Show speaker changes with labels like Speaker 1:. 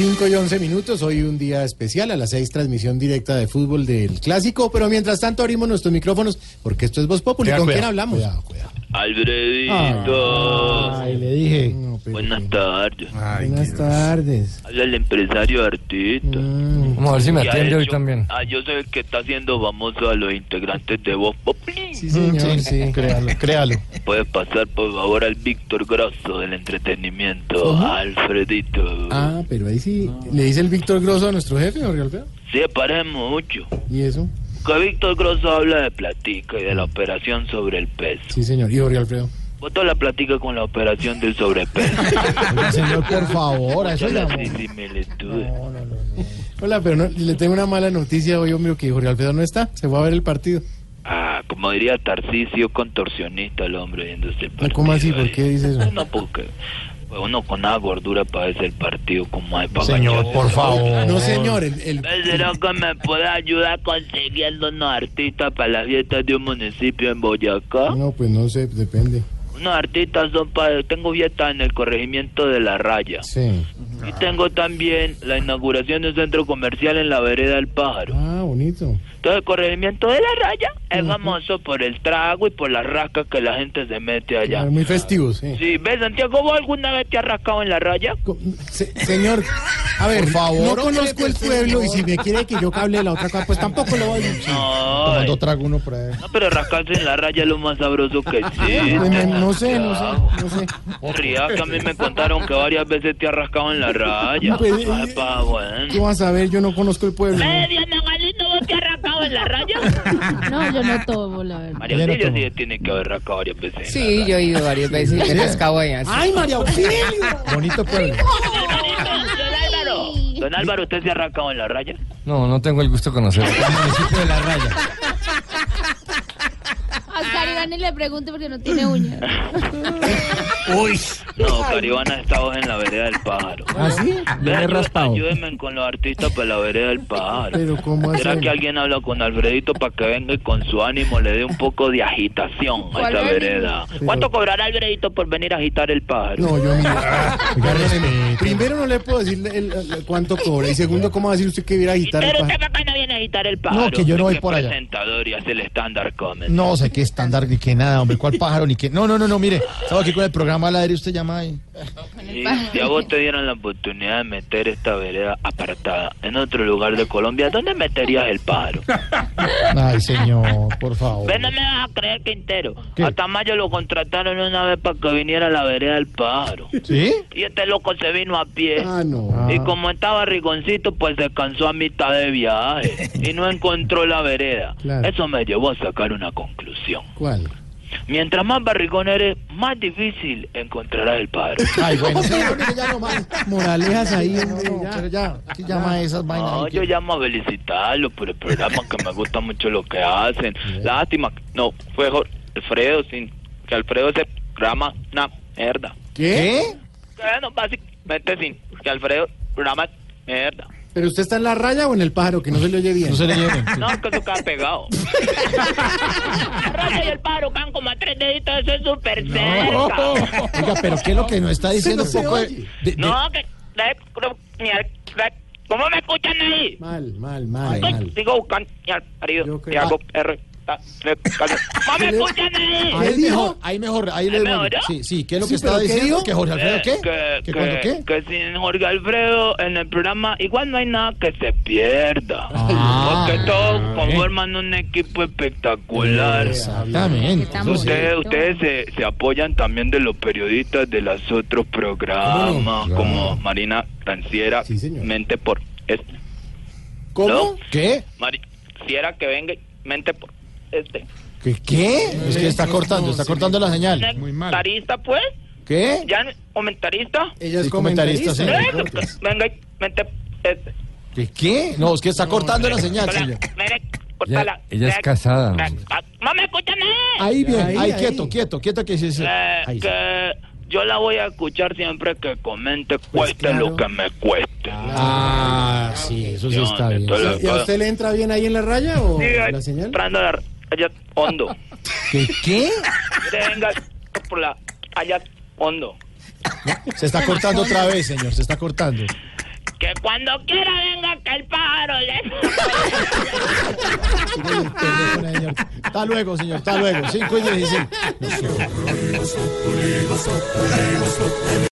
Speaker 1: 5 y 11 minutos, hoy un día especial, a las 6 transmisión directa de fútbol del Clásico, pero mientras tanto abrimos nuestros micrófonos, porque esto es Voz Populi, ¿con quién hablamos? Cuidado, cuidado.
Speaker 2: Alfredito,
Speaker 3: Ay, le dije.
Speaker 2: buenas tardes.
Speaker 3: Buenas tardes.
Speaker 2: Habla el empresario Artista.
Speaker 4: Vamos a ver si me
Speaker 2: Y ha
Speaker 4: atiende hoy
Speaker 2: hecho-
Speaker 4: también.
Speaker 2: Ah, yo sé que está haciendo famoso a los integrantes de Voz Populi.
Speaker 3: Sí, señor, sí.
Speaker 1: Créalo, créalo.
Speaker 2: Puede pasar por favor al Víctor Grosso del entretenimiento, Alfredito.
Speaker 1: Ah, pero ahí sí, le dice el Víctor Grosso a nuestro jefe, don Rialpeo,
Speaker 2: Se parecen mucho.
Speaker 1: y eso,
Speaker 2: Que Víctor Grosso habla de platica y de la operación sobre el peso.
Speaker 1: sí señor, y don Rialpeo.
Speaker 2: Vos toda la platica con la operación del sobrepeso.
Speaker 1: Oiga, señor, por favor, a eso
Speaker 2: Son las
Speaker 1: llamó.
Speaker 2: similitudes.
Speaker 1: Hola, pero no- le tengo una mala noticia hoy, hombre, que Jorge Alfredo no está, se fue a ver el partido.
Speaker 2: Ah, como diría Tarcisio, contorsionista el hombre viéndose el
Speaker 1: No,
Speaker 2: partido.
Speaker 1: Ah,
Speaker 2: ¿eh?
Speaker 1: ¿Cómo así? ¿Por qué dice eso?
Speaker 2: No, porque pues, uno con nada gordura padece el partido como hay para
Speaker 3: Señor, por favor.
Speaker 1: No, señor, el, el-
Speaker 2: ¿Será que me puede ayudar consiguiendo unos artistas para las fiestas de un municipio en Boyacá?
Speaker 1: No, pues no sé, depende.
Speaker 2: Unos artistas son para... Tengo fiestas en el corregimiento de La Raya.
Speaker 1: Sí.
Speaker 2: Y tengo también la inauguración de un centro comercial en la vereda del Pájaro.
Speaker 1: Ah, bonito.
Speaker 2: Todo el corregimiento de la raya es famoso por el trago y por las rascas que la gente se mete allá.
Speaker 1: Muy festivo, sí.
Speaker 2: Sí, ¿ves, Santiago? ¿Vos alguna vez te has rascado en la raya?
Speaker 1: Co- se- señor, a ver,
Speaker 3: Por favor,
Speaker 1: no
Speaker 3: hombre,
Speaker 1: conozco el
Speaker 3: pues,
Speaker 1: pueblo y
Speaker 3: señor.
Speaker 1: si me quiere que yo cable de la otra cosa, pues tampoco lo voy a decir.
Speaker 2: No,
Speaker 3: Tomando
Speaker 2: ay,
Speaker 3: trago uno por ahí.
Speaker 2: no, pero rascarse en la raya es lo más sabroso que existe.
Speaker 1: Pues, me- No sé, no sé, no sé.
Speaker 2: Ría, que a mí me contaron que varias veces te has rascado en la raya.
Speaker 1: Pues, eh,
Speaker 2: Ay, pa,
Speaker 1: ¿Qué
Speaker 2: bueno.
Speaker 1: vas a ver? Yo no conozco el pueblo.
Speaker 2: Eh, Diana Galindo, ¿vos te has rascado en la raya?
Speaker 5: No, yo no tomo, la verdad.
Speaker 2: María Auxilio sí tiene que haber rascado varias veces. en la
Speaker 6: Sí,
Speaker 2: raya.
Speaker 6: yo he ido varias veces y me he rascado allá. sí.
Speaker 1: ¡Ay, María Auxilio!
Speaker 3: Bonito pueblo.
Speaker 2: Don Álvaro, don Álvaro, ¿usted se ha rascado en la raya?
Speaker 4: No, no tengo el gusto de conocerlo.
Speaker 3: Municipio de la raya.
Speaker 5: A Caribane le pregunto porque no tiene uñas.
Speaker 2: No, Caribana está hoy en la vereda del pájaro.
Speaker 1: ¿Ah, sí?
Speaker 2: Ven, ayú- Ayúdenme con los artistas para la vereda del pájaro.
Speaker 1: Pero, ¿cómo
Speaker 2: ¿Será
Speaker 1: hacen?
Speaker 2: que alguien habla con Alfredito para que venga y con su ánimo le dé un poco de agitación a
Speaker 5: ¿Cuál
Speaker 2: esta
Speaker 5: ánimo?
Speaker 2: vereda? ¿Cuánto cobrará Alfredito por venir a agitar el pájaro?
Speaker 1: No, yo mire, Primero no le puedo decir el- el- cuánto cobra y segundo, ¿cómo va a decir usted que viera a agitar el
Speaker 2: Pero usted
Speaker 1: pájaro?
Speaker 2: para qué no viene a agitar el pájaro.
Speaker 3: No, que yo no
Speaker 2: Usted
Speaker 3: voy por allá.
Speaker 2: presentador y hace el estándar comen.
Speaker 3: No, sé qué estándar ni qué nada, hombre. ¿Cuál pájaro ni qué? No, no, no, no, mire. Estaba aquí con el programa al aire usted llama ahí.
Speaker 2: Sí, Si a vos te dieran la oportunidad de meter esta vereda apartada en otro lugar de Colombia, ¿dónde meterías el pájaro?
Speaker 3: Ay, señor, por favor.
Speaker 2: Ve, no me vas a creer, Quintero.
Speaker 3: ¿Qué?
Speaker 2: A Tamayo lo contrataron una vez para que viniera a la vereda del pájaro.
Speaker 3: ¿Sí?
Speaker 2: Y este loco se vino a pie.
Speaker 1: Ah, no.
Speaker 2: Y como estaba rigoncito, pues descansó a mitad de viaje y no encontró la vereda.
Speaker 1: Claro.
Speaker 2: Eso me llevó a sacar una conclusión.
Speaker 1: ¿Cuál?
Speaker 2: Mientras más barrigón eres, más difícil encontrarás el pájaro.
Speaker 1: Ah,
Speaker 3: Ay, bueno.
Speaker 1: Ya nomás, moralejas ahí, hombre,
Speaker 3: No,
Speaker 1: ya.
Speaker 3: pero ya, ¿qué llama a esas vainas?
Speaker 2: No,
Speaker 3: ahí?
Speaker 2: yo llamo a felicitarlo por el programa que me gusta mucho lo que hacen. Lástima, que- no, fue Jorge Alfredo, sin que Alfredo se programa una mierda.
Speaker 3: ¿Qué?
Speaker 2: Bueno, básicamente sin que Alfredo programa mierda.
Speaker 1: ¿Pero usted está en la raya o en el pájaro? Que no se le oye bien.
Speaker 3: No se le lleven. sí.
Speaker 2: No, es que eso queda pegado. La raya y el pájaro caen como a tres deditos, eso es súper cerca.
Speaker 3: Oiga, pero ¿qué es lo que nos está diciendo?
Speaker 1: Usted
Speaker 3: Un
Speaker 1: no
Speaker 3: poco
Speaker 1: se
Speaker 3: de, de- de-
Speaker 2: No, que... de- creo- ni al- de- ¿Cómo me escuchan ahí?
Speaker 1: Mal, mal, mal,
Speaker 2: Estoy-
Speaker 1: mal.
Speaker 2: Sigo buscando ni al marido.
Speaker 1: Yo creo-
Speaker 2: Y hago perro. ta- le- callo. ¿Cómo me escuchan ahí?
Speaker 3: Ahí
Speaker 1: ¿Qué dijo?
Speaker 3: mejor, ahí mejor, ahí le
Speaker 2: ¿Ahí
Speaker 3: devuelvo.
Speaker 2: mejoró?
Speaker 3: Sí, sí, ¿qué es lo
Speaker 1: Sí,
Speaker 3: que estaba
Speaker 1: pero ¿qué
Speaker 3: diciendo?
Speaker 1: dijo? Eh,
Speaker 3: ¿Que Jorge Alfredo qué?
Speaker 2: Que,
Speaker 3: ¿Que cuando qué?
Speaker 2: que sin Jorge Alfredo en el programa igual no hay nada que se pierda.
Speaker 3: Ah. eh.
Speaker 2: porque todos conforman un equipo espectacular.
Speaker 3: Exactamente.
Speaker 5: tan
Speaker 3: Entonces,
Speaker 2: Ustedes, ustedes se, se apoyan también de los periodistas de los otros programas, como Marina Ranciera,
Speaker 1: Sí, señor.
Speaker 2: Mente por... Este.
Speaker 1: ¿Cómo?
Speaker 3: ¿Qué?
Speaker 2: Mari, si era que venga, y mente por... Este.
Speaker 3: ¿Qué? ¿Qué? Es que está cortando, está cortando la señal.
Speaker 2: ¿Tarista, pues?
Speaker 3: ¿Qué?
Speaker 2: ¿Ya no- comentarista?
Speaker 1: Ella es
Speaker 3: Sí,
Speaker 1: comentarista,
Speaker 3: comentarista,
Speaker 1: señor.
Speaker 3: sí.
Speaker 2: Eh, Venga, vente. eh,
Speaker 3: ¿Qué? qué? No, es que está cortando la señal, Ah,
Speaker 2: hola,
Speaker 3: señor.
Speaker 2: mire, cortala.
Speaker 4: ella es
Speaker 2: Eh,
Speaker 4: casada,
Speaker 2: eh,
Speaker 4: hombre.
Speaker 2: ah, No me escuchan, eh.
Speaker 3: Ahí bien,
Speaker 1: Ahí,
Speaker 3: ahí,
Speaker 1: ahí.
Speaker 3: quieto, quieto, quieto que sí, sí.
Speaker 2: Eh,
Speaker 3: Ahí.
Speaker 2: que yo la voy a escuchar siempre que comente, cueste lo
Speaker 1: claro.
Speaker 2: que me cueste.
Speaker 3: Ah, sí, eso sí
Speaker 2: Yo,
Speaker 3: está bien.
Speaker 2: entonces-
Speaker 1: ¿Y a usted le entra bien ahí en la raya o
Speaker 2: Siga
Speaker 1: la señal?
Speaker 2: entrando la- allá hondo.
Speaker 3: ¿Qué? ¿Qué?
Speaker 2: Mire, venga por la allá hondo.
Speaker 3: Se está cortando otra vez, señor, se está cortando.
Speaker 2: Que cuando quiera venga que el pájaro le...
Speaker 3: Sigue el teléfono, señor. Hasta luego, señor, hasta luego. 5 y 16.